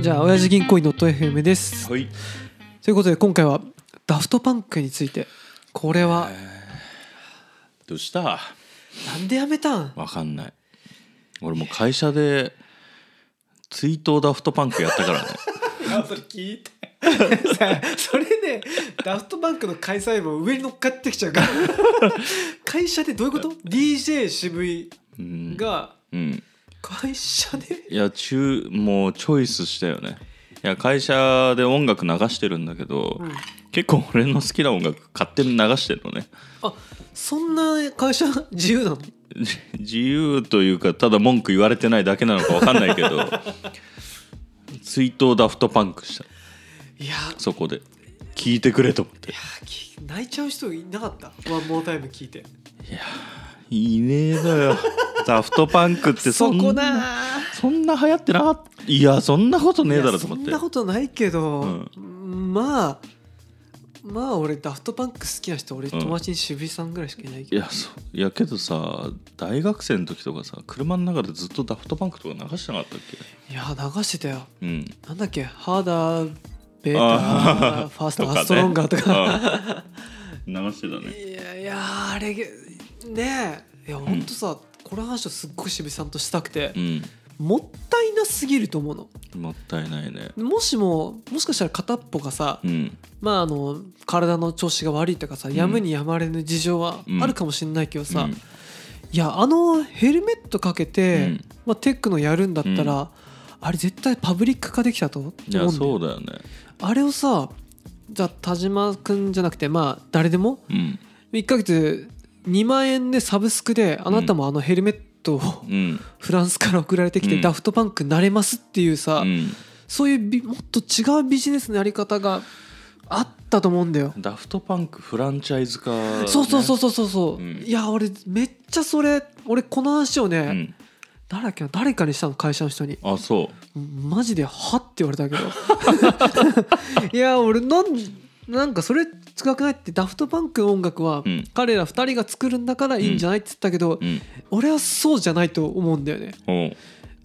じゃあ親父銀行員の音 FM ですはいということで今回はダフトパンクについてこれはどうしたなんでやめたんわかんない俺もう会社で追悼ダフトパンクやったからねいやそれ聞いて それでダフトパンクの開催も上に乗っかってきちゃうから 会社でどういうこと DJ 渋井うん、がうん、会社でいや中もうチョイスしたよねいや会社で音楽流してるんだけど、ん結構俺の好きな音楽勝手に流してるのねあそんな会社自由なの自由というかただ文句言われてないだけなのかわかんないけど追悼ダフトパンクしたいやそこで聞いてくれと思ってき泣いちゃう人いなかったワンモータイム聞いていねえのよダフトパンクってそんなこなそんな流行ってなかっいやそんなことねえだろと思っいてやそんなことないけど、まあまあ俺ダフトパンク好きな人俺うん友達に渋井さんぐらいしかいないいけど、やそういやけどさ大学生の時とかさ車の中でずっとダフトパンクとか流してなかったっいや流してたよけうんなんだっけハーダーベータあーファーストとかアねストロンガーとかうん流してたねいやいやあれねえいやほんとさ、この話をすっごい渋井さんとしたくて、もったいなすぎると思うのうんもったいないねもしももしかしたら片っぽがさ、うんまああの体の調子が悪いとかさやむにやまれぬ事情はうんあるかもしれないけどさ、うんいやあのヘルメットかけて、うんまあ、テックのやるんだったら、うあれ絶対パブリック化できたと思うんいだよやそうだよねあれをさじゃあ田島君じゃなくてまあ誰でもうん1ヶ月2万円でサブスクであなたもあのヘルメットを、うんフランスから送られてきて、うんダフトパンクになれますっていうさ、うんそういうビもっと違うビジネスのやり方があったと思うんだよ。ダフトパンクフランチャイズ化ねそうそうそうそうそうそう、うんいや俺めっちゃそれ俺この話をね、うん誰だっけな誰かにしたの会社の人にあそうマジで「は」って言われたけど いや俺なんなんかそれ違くないってダフトパンクの音楽はうん彼ら2人が作るんだからいいんじゃないって言ったけど、うん俺はそうじゃないと思うんだよね。おう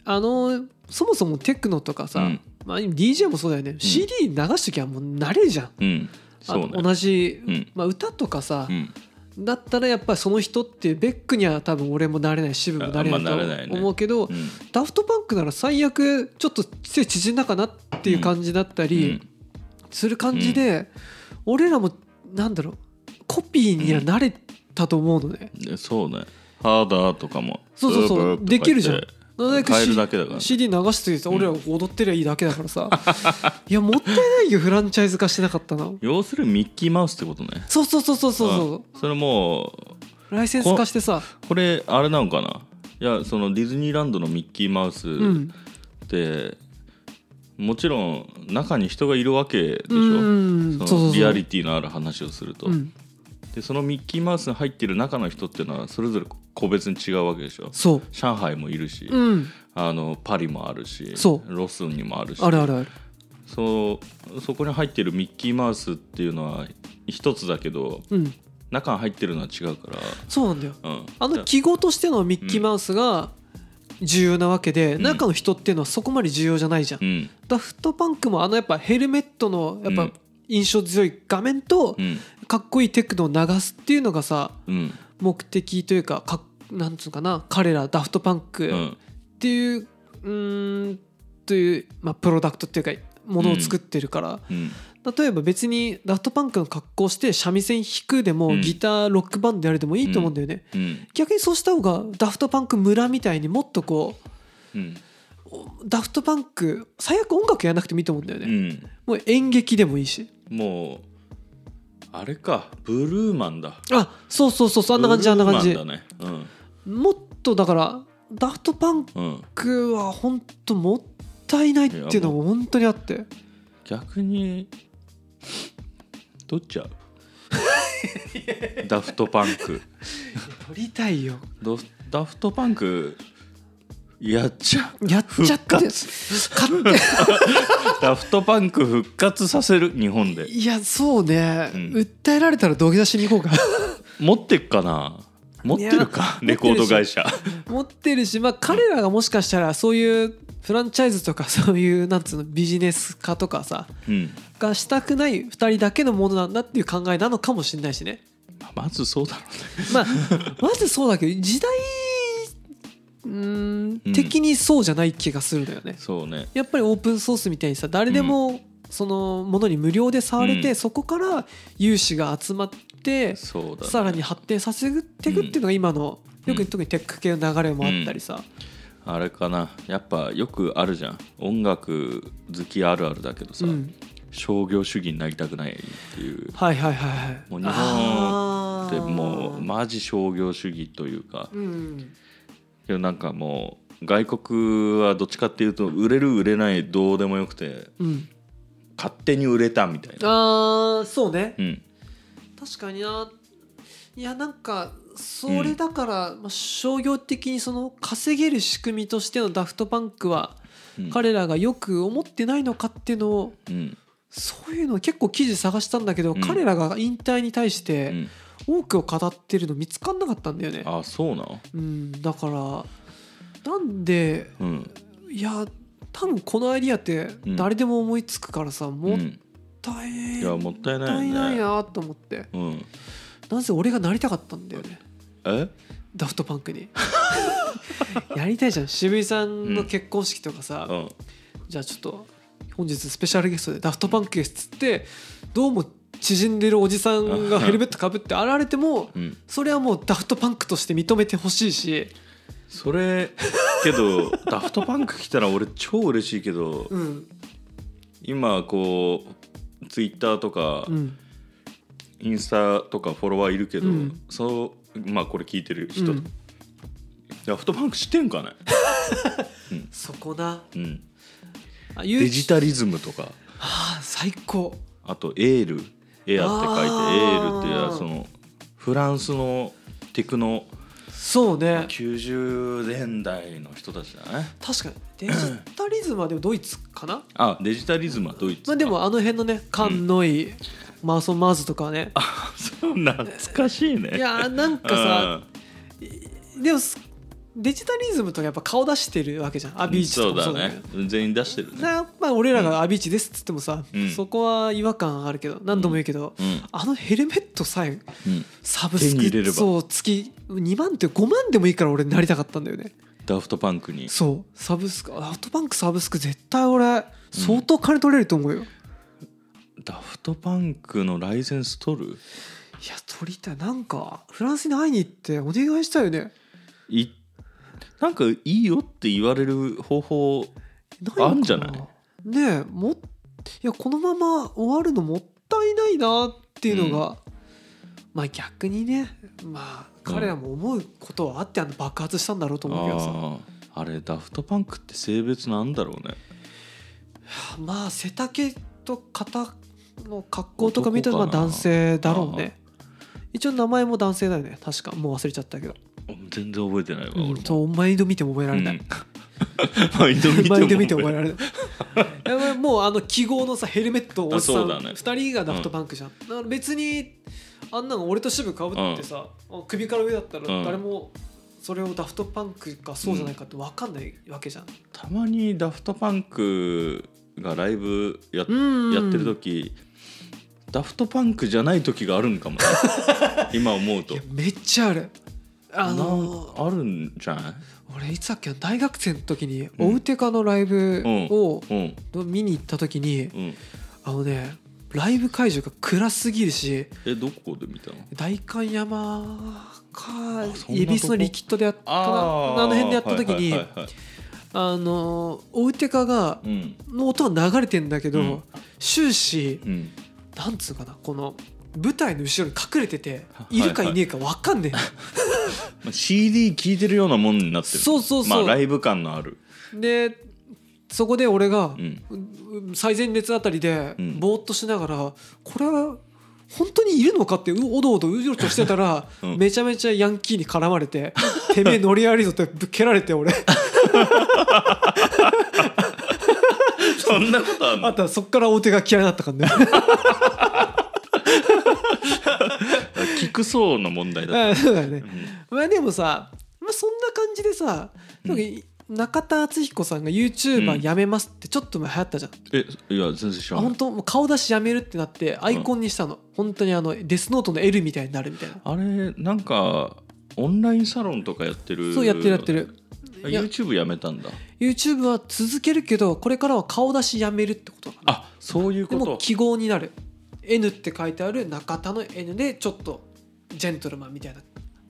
あのそもそもテクノとかさ、うんまあ、DJ もそうだよね、CD 流しときゃもう慣れるじゃん。うんあそうね同じ、うんまあ、歌とかさ、うんだったらやっぱりその人っていうベックには多分俺もなれない渋もなれあまあなれなないいとね思うけど、うんダフトパンクなら最悪ちょっと背縮んだかなっていう感じだったうりんする感じで、俺らもなんだろうコピーには慣れたと思うのね、でそうねハーダーとかもそうそうそうブーブーとか言ってできるじゃんなるべく変え C- るだけだから CD 流してさ俺らが踊ってりゃいいだけだからさ、いやもったいないよフランチャイズ化してなかったな要するにミッキーマウスってことねそうそうそうそうそうそんそれもうライセンス化してさうこれあれなのかないやそのディズニーランドのミッキーマウスうっんて、もちろん中に人がいるわけでしょ、うんそそうそうそのうリアリティのある話をすると、うんでそのミッキーマウスに入ってる中の人っていうのはそれぞれ個別に違うわけでしょそ上海もいるし、ううんあのパリもあるしそうロスにもあるしあるあるあるそうそこに入ってるミッキーマウスっていうのは一つだけどうん中に入ってるのは違うかそうなんだよら、うん、あだの記号としてのミッキーマウスが重要なわけで、うん中の人っていうのはそこまで重要じゃないじゃん、うんダフトパンクもあのやっぱヘルメットのやっうぱん印象強い画面とうんかっこいいテクノを流すっていうのがさうん目的というかかなんつうのかな彼らダフトパンうクっんていううーんという、まあ、プロダクトっていうかものを作ってるから、うん例えば別にダフトパンクの格好して三味線弾くでも、うんギターロックバンドやるでもいいと思うんだよね、うん逆にそうした方がダフトパンク村みたいにもっとこうんうダフトパンク最悪音楽やらなくてもいいと思うんだようね、んもう演劇でもいいしもうあれかブルーマンだあそうそうそうそうあんな感じあブんルなーマ感ンじだねうんもっとだからダフトパンうんクは本当もったいないっていうのが本当にあって逆に取っ ちゃうダフトパンク撮りたいよドフダフトパンクやっちゃうやっちゃって復活勝手 ダフトパンク復活させる日本でいやそうね、うん訴えられたら土下座しに行こうか持ってっかな持ってるかレコード会社持ってるし、まあ、彼らがもしかしたらそういうフランチャイズとかそういうなんつうのビジネス化とかさうんがしたくない2人だけのものなんだっていう考えなのかもしれないし ね。まあまずそうだろまあ、まずそうだけど時代うーうんん的にそうじゃない気がするのよねう。そうねやっぱりオープンソースみたいにさ誰でもそのものに無料で触れて、うんそこから有志が集まって、そうだねさらに発展させていくっていうのが今の、うんよく特にテック系の流れもあったりさ、あれかなやっぱよくあるじゃん音楽好きあるあるだけどさ、うん商業主義になりたくないっていうはいはいはいはいもう日本あでーもうマジ商業主義というかうんけどなんかもう外国はどっちかっていうと売れる売れないどうでもよくてうん、勝手に売れたみたいな、あーそうね、うん、確かにないやなんかそれだから、まあ、商業的にその稼げる仕組みとしてのダフトパンクはうん、彼らがよく思ってないのかっていうのをうんそういうの結構記事探したんだけど、うん彼らが引退に対しうてん、多くを語ってるの見つかんなかったんだよね。あそうなのうん、だからなんでうんいや多分このアイディアってうん誰でも思いつくからさ、うもっんたいないいやもったいもったないいないよねなと思ってうんなぜ俺がなりたかったんだよねえダフトパンクにやりたいじゃん渋井さんの結婚式とかさ、うんじゃあちょっと本日スペシャルゲストでダフトパンクですっつってどうも縮んでるおじさんがヘルメットかぶって現れてもうんそれはもうダフトパンクとして認めてほしいし、それけど ダフトパンク来たら俺超嬉しいけどうん今こうツイッターとかうん、インスタとかフォロワーいるけど、うんそうまあこれ聞いてるう人、んダフトパンク知ってんかね、そこなうん、あゆうデジタリズムとかああ最高あとエールエアって書いてエあーールっていうのはそのフランスのテクノそうね90年代の人たちだね確かにデジタリズムはでもドイツかなあデジタリズムはドイツまあでもあの辺のねカンノイ、マーソン・マーズとかはねあそう懐かしいねいやーなんかさでもすデジタリズムとかやっぱ顔出してるわけじゃんアうビーん、チそとかうもそだうだけねど全員出してるねなまあ俺らが「アビーチです」っつってもさ、うんそこは違和感あるけど何度も言うけど、うんあのヘルメットさえうんサブス手に入れれクばそう月2万って5万でもいいから俺なりたかったんだよねダフトパンクにそうサブスクアウトバンクサブスク絶対俺相当金取れると思うよ、いダフトパンクのライセンス取るや取りたいなんかフランスに会いに行ってお願いしたいよねいなんかいいよって言われる方法ないのかあんじゃないねえもっいやこのまま終わるのもったいないなっていうのが、まあ逆にねまあ彼らも思うことはあってあの爆発したんだろうと思うけどさ、あーあれダフトパンクって性別なんだろうねまあ背丈と肩の格好とか見たらまあ男かな男性だろうね一応名前も男性だよね確かもう忘れちゃったけど、全然覚えてないわ、うん、俺もそう毎度見ても覚えられない、 うん毎度見ても毎度見て覚え られないやばいもうあの記号のさヘルメットおじさん、あそうだね2人がダフトパンクじゃん、だから別にあんなの俺と渋かぶってさ、首から上だったらうん誰もそれをダフトパンクかそうじゃないかって分かんないわけじゃん、たまにダフトパンクがライブや,、うんやってる時ダフトパンクじゃない時があるん かもね今思うといやめっちゃあるあのーなんあるんじゃない俺いつだっけな大学生の時にオウテカのライブをうん見に行った時にうんあのねライブ会場が暗すぎるしえどこで見たの代官山かあそんなとこ恵比寿のリキッドでやったかなあの辺でやった時にはいはいはいはいあのオウテカがうんの音は流れてんだけうどん終始うんなんつうかなこの舞台の後ろに隠れててはいいるかいねえか分かんねえのまあ CD 聴いてるようなもんになってるそうそうそうまあライブ感のある でそこで俺が うんう最前列あたりでうんぼーっとしながら、これは本当にいるのかってうおどおどうじろちょしてたら、うんめちゃめちゃヤンキーに絡まれて「てめえ乗り上がりぞ」ってぶっ蹴られて俺そんなこと あんの あとはそっから大手が嫌いになったからねくそうの問題だっあ そうだねた、うんまあでもさ、まあ、そんな感じでさ、なんか中田敦彦さんが YouTuber 辞めますってちょっと前流行ったじゃん、えいや全然知あらな本い当もう顔出しやめるってなってアイコンにしたの、本当にあのデスノートの L みたいになるみたいな、あれなんかオンラインサロンとかやってるそうやってるやってるあいや YouTube やめたんだ YouTube は続けるけどこれからは顔出しやめるってことなのあそういうでこもと記号になる N って書いてある中田の N でちょっとジェントルマンみたいな、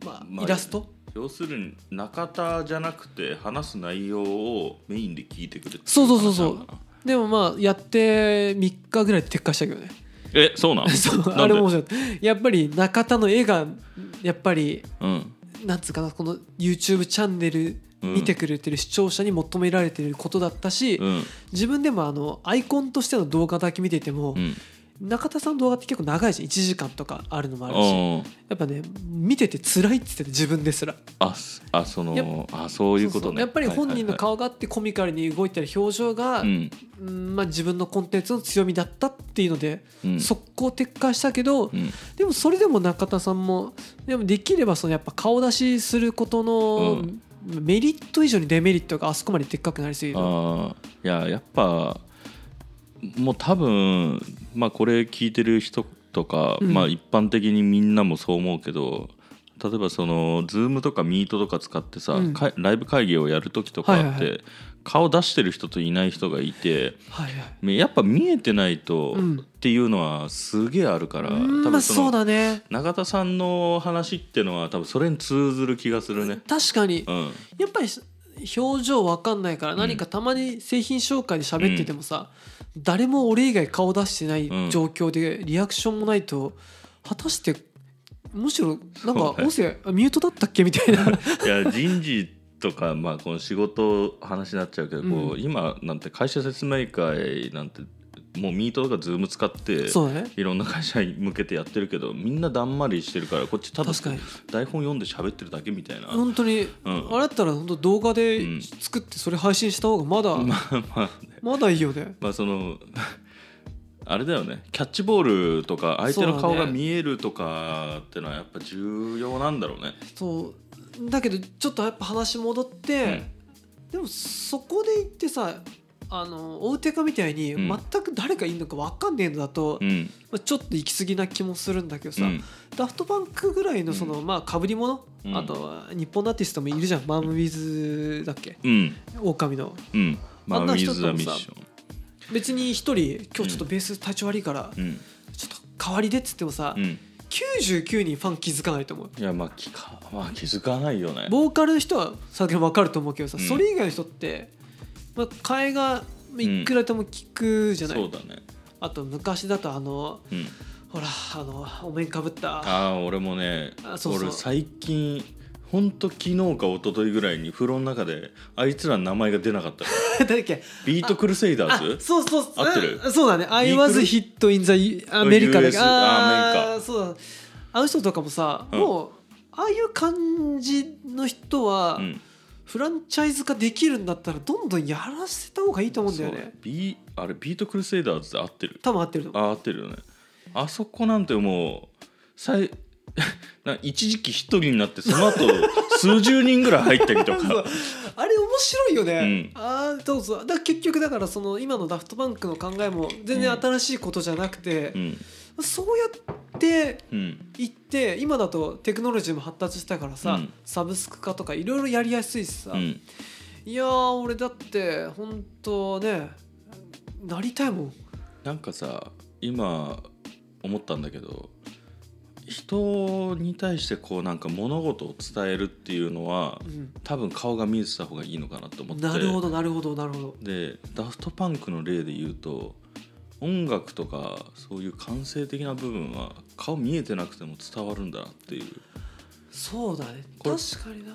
ままあ、あイラスト要するに中田じゃなくて話す内容をメインで聞いてくれっていそうそうそうそう話なんだなでもまあやって3日ぐらいで撤回したけどねえ そうなの そうなんであれ面白いやっぱり中田の絵がやっぱりうんなんつうかなこの YouTube チャンネルうん見てくれてる視聴者に求められてることだったし、うん自分でもあのアイコンとしての動画だけ見てても、うん中田さんの動画って結構長いし1時間とかあるのもあるしあやっぱね見てて辛いって言ってて自分ですらあすあそやっのあそういうことそうそうねやっぱり本人のは顔があってコミカルに動いたり表情が、いはいはいうんまあ、自分のコンテンツの強みだったっていうので、うんうん速攻撤回したけど、うんでもそれでも中田さんもでもできればそのやっぱ顔出しすることの、うメリット以上にデメリットがあそこまででっかくなりすぎるあーいややっぱもう多分まあこれ聞いてる人とか、うんまあ一般的にみんなもそう思うけど例えばその Zoom とか Meet とか使ってさ、うんかいライブ会議をやる時とかって、はいはいは顔出してる人といない人がいてはいはいやっぱ見えてないとうんっていうのはすげえあるから、うんま多分あそのそうだね永田さんの話ってのは多分それに通ずる気がするね。確かにうんやっぱり表情わかんないからうん何かたまに製品紹介で喋っててもさ、誰も俺以外顔出してない状況でリアクションもないと果たしてむしろなんかそうね音声あミュートだったっけみたい ないや人事とか、まあ、この仕事話になっちゃうけど、こうう今なんて会社説明会なんてもうミートとかズーム使ってそうだねいろんな会社に向けてやってるけどみんなだんまりしてるからこっちただ確かに台本読んで喋ってるだけみたいな。本当に、うんあれだったら本当動画でうん作ってそれ配信した方がまだ、まあまあねまだいいよねまあそのあれだよねキャッチボールとか相手のそう顔だねが見えるとかってのはやっぱ重要なんだろうね。そうだけどちょっとやっぱ話戻って、でもそこで言ってさあの大手かみたいにうん全く誰がいいのか分かんねえのだと、うんうんまあ、ちょっと行き過ぎな気もするんだけどさ、うんダフトパンクぐらいのその、まあかぶり物、うんあとは日本のアーティストもいるじゃんマームウィズだっけうん狼のうんまあんあウなィ人ズ・とザ・もミさッショ別に一人今日ちょっとベース体調悪いから、ン。ちょっと代わりでっつってもさ、うんうん99人ファン気づかないと思ういやまあ気か、まあ、気づかないよね。ボーカルの人はさっきの分かると思うけどさ、うんそれ以外の人って、まあ、替えがいくらでも聞くじゃない、そうだね。あと昔だとあのうん、ほらあのお面かぶったああ俺もねあそうそう俺最近ほんと昨日か一昨日ぐらいに風呂の中であいつらの名前が出なかった から 誰だっけビートクルセイダあーズそうそう合ってるあそうだね「I ビー was クル hit in the America」だっけ US ああーそうだあの人とかもさ、うんもうああいう感じの人は、うんフランチャイズ化できるんだったらどんどんやらせた方がいいと思うんだよねそうビーあれビートクルセイダーズで合ってる多分合ってると思うあ合ってるよねあそこなんてもう最 な一時期一人になってその後数十人ぐらい入ったりと そうかあれ面白いよね、うああどうぞだから結局だからその今のダフトバンクの考えも全然うん新しいことじゃなくてう、んそうやってうんいって今だとテクノロジーも発達したからさ、うんサブスク化とかいろいろやりやすいしさ、うんいやー俺だって本当ねなりたいもんなんかさ今思ったんだけど人に対してこうなんか物事を伝えるっていうのはうん、多分顔が見えてた方がいいのかなと思ってなるほどなるほどなるほどでダフトパンクの例で言うと音楽とかそういう感性的な部分は顔見えてなくても伝わるんだなっていうそうだねこれ確かにな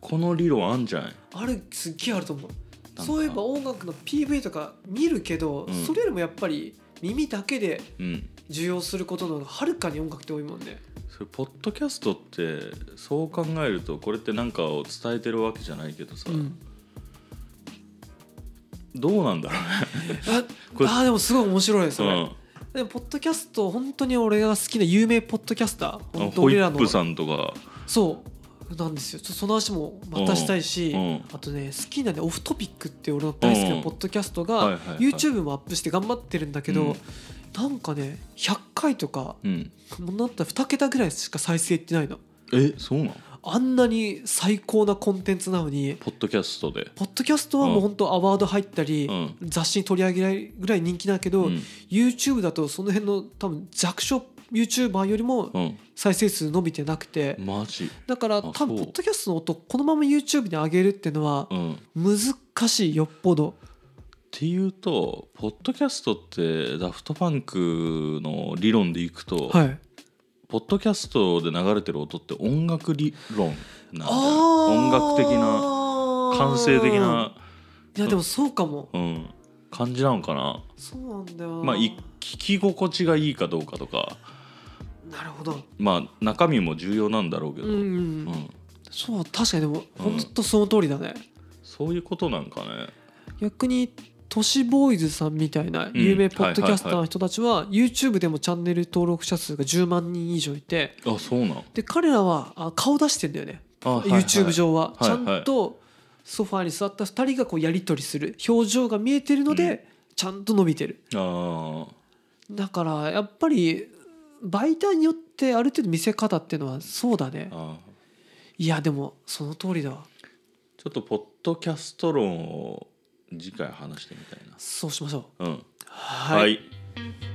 この理論あんじゃないあれすっげえあると思うかそういえば音楽の PV とか見るけど、うんそれよりもやっぱり耳だけでうん受容することの方がはるかに音楽って多いもんねそれポッドキャストってそう考えるとこれって何かを伝えてるわけじゃないけどさ、どうなんだろうねあこれあーでもすごい面白いですね、うんでもポッドキャスト本当に俺が好きな有名ポッドキャスターあ本当ホイ俺らッのプさんとかそうなんですよちょっとその話もまたしたいし、うんあとね好きなねオフトピックって俺の大好きうんなポッドキャストはいがはいはい YouTube もアップして頑張ってるんだけど、うんなんかね100回とかうんもうなったら2桁ぐらいしか再生いってないのえそうなのあんなに最高なコンテンツなのにポッドキャストでポッドキャストはもううん本当アワード入ったり、うん雑誌に取り上げられるぐらい人気だけど、うん YouTube だとその辺の多分弱小 YouTuber よりもうん再生数伸びてなくて、マジだからあ多分そポうッドキャストの音このまま YouTube に上げるっていうのはうんっ難しいよっぽどていうとポッドキャストってダフトパンクの理論でいくと、はいポッドキャストで流れてる音って音楽理論なんだよ音音楽的な感感性的ないやでもそうかもうん、感じなのかなそうなんだよなまあい聞き心地がいいかどうかとかなるほどまあ中身も重要なんだろうけうど、ん、うんううん、んそう確かにでもうん本当その通りだね、そういうことなんかね逆に都市ボーイズさんみたいな有名ポッドキャスターの人たちは YouTube でもチャンネル登録者数が10万人以上いてあそうなんで彼らはあ顔出してんだよねあ、はいはい YouTube 上ははいちゃはいんとソファーに座った2人がこうやり取りする表情が見えてるのうんでちゃんと伸びてるあーだからやっぱり媒体によってある程度見せ方っていうのはそうだねあーいやでもその通りだわちょっとポッドキャスト論を次回話してみたいそうしましょうなうんはい、はい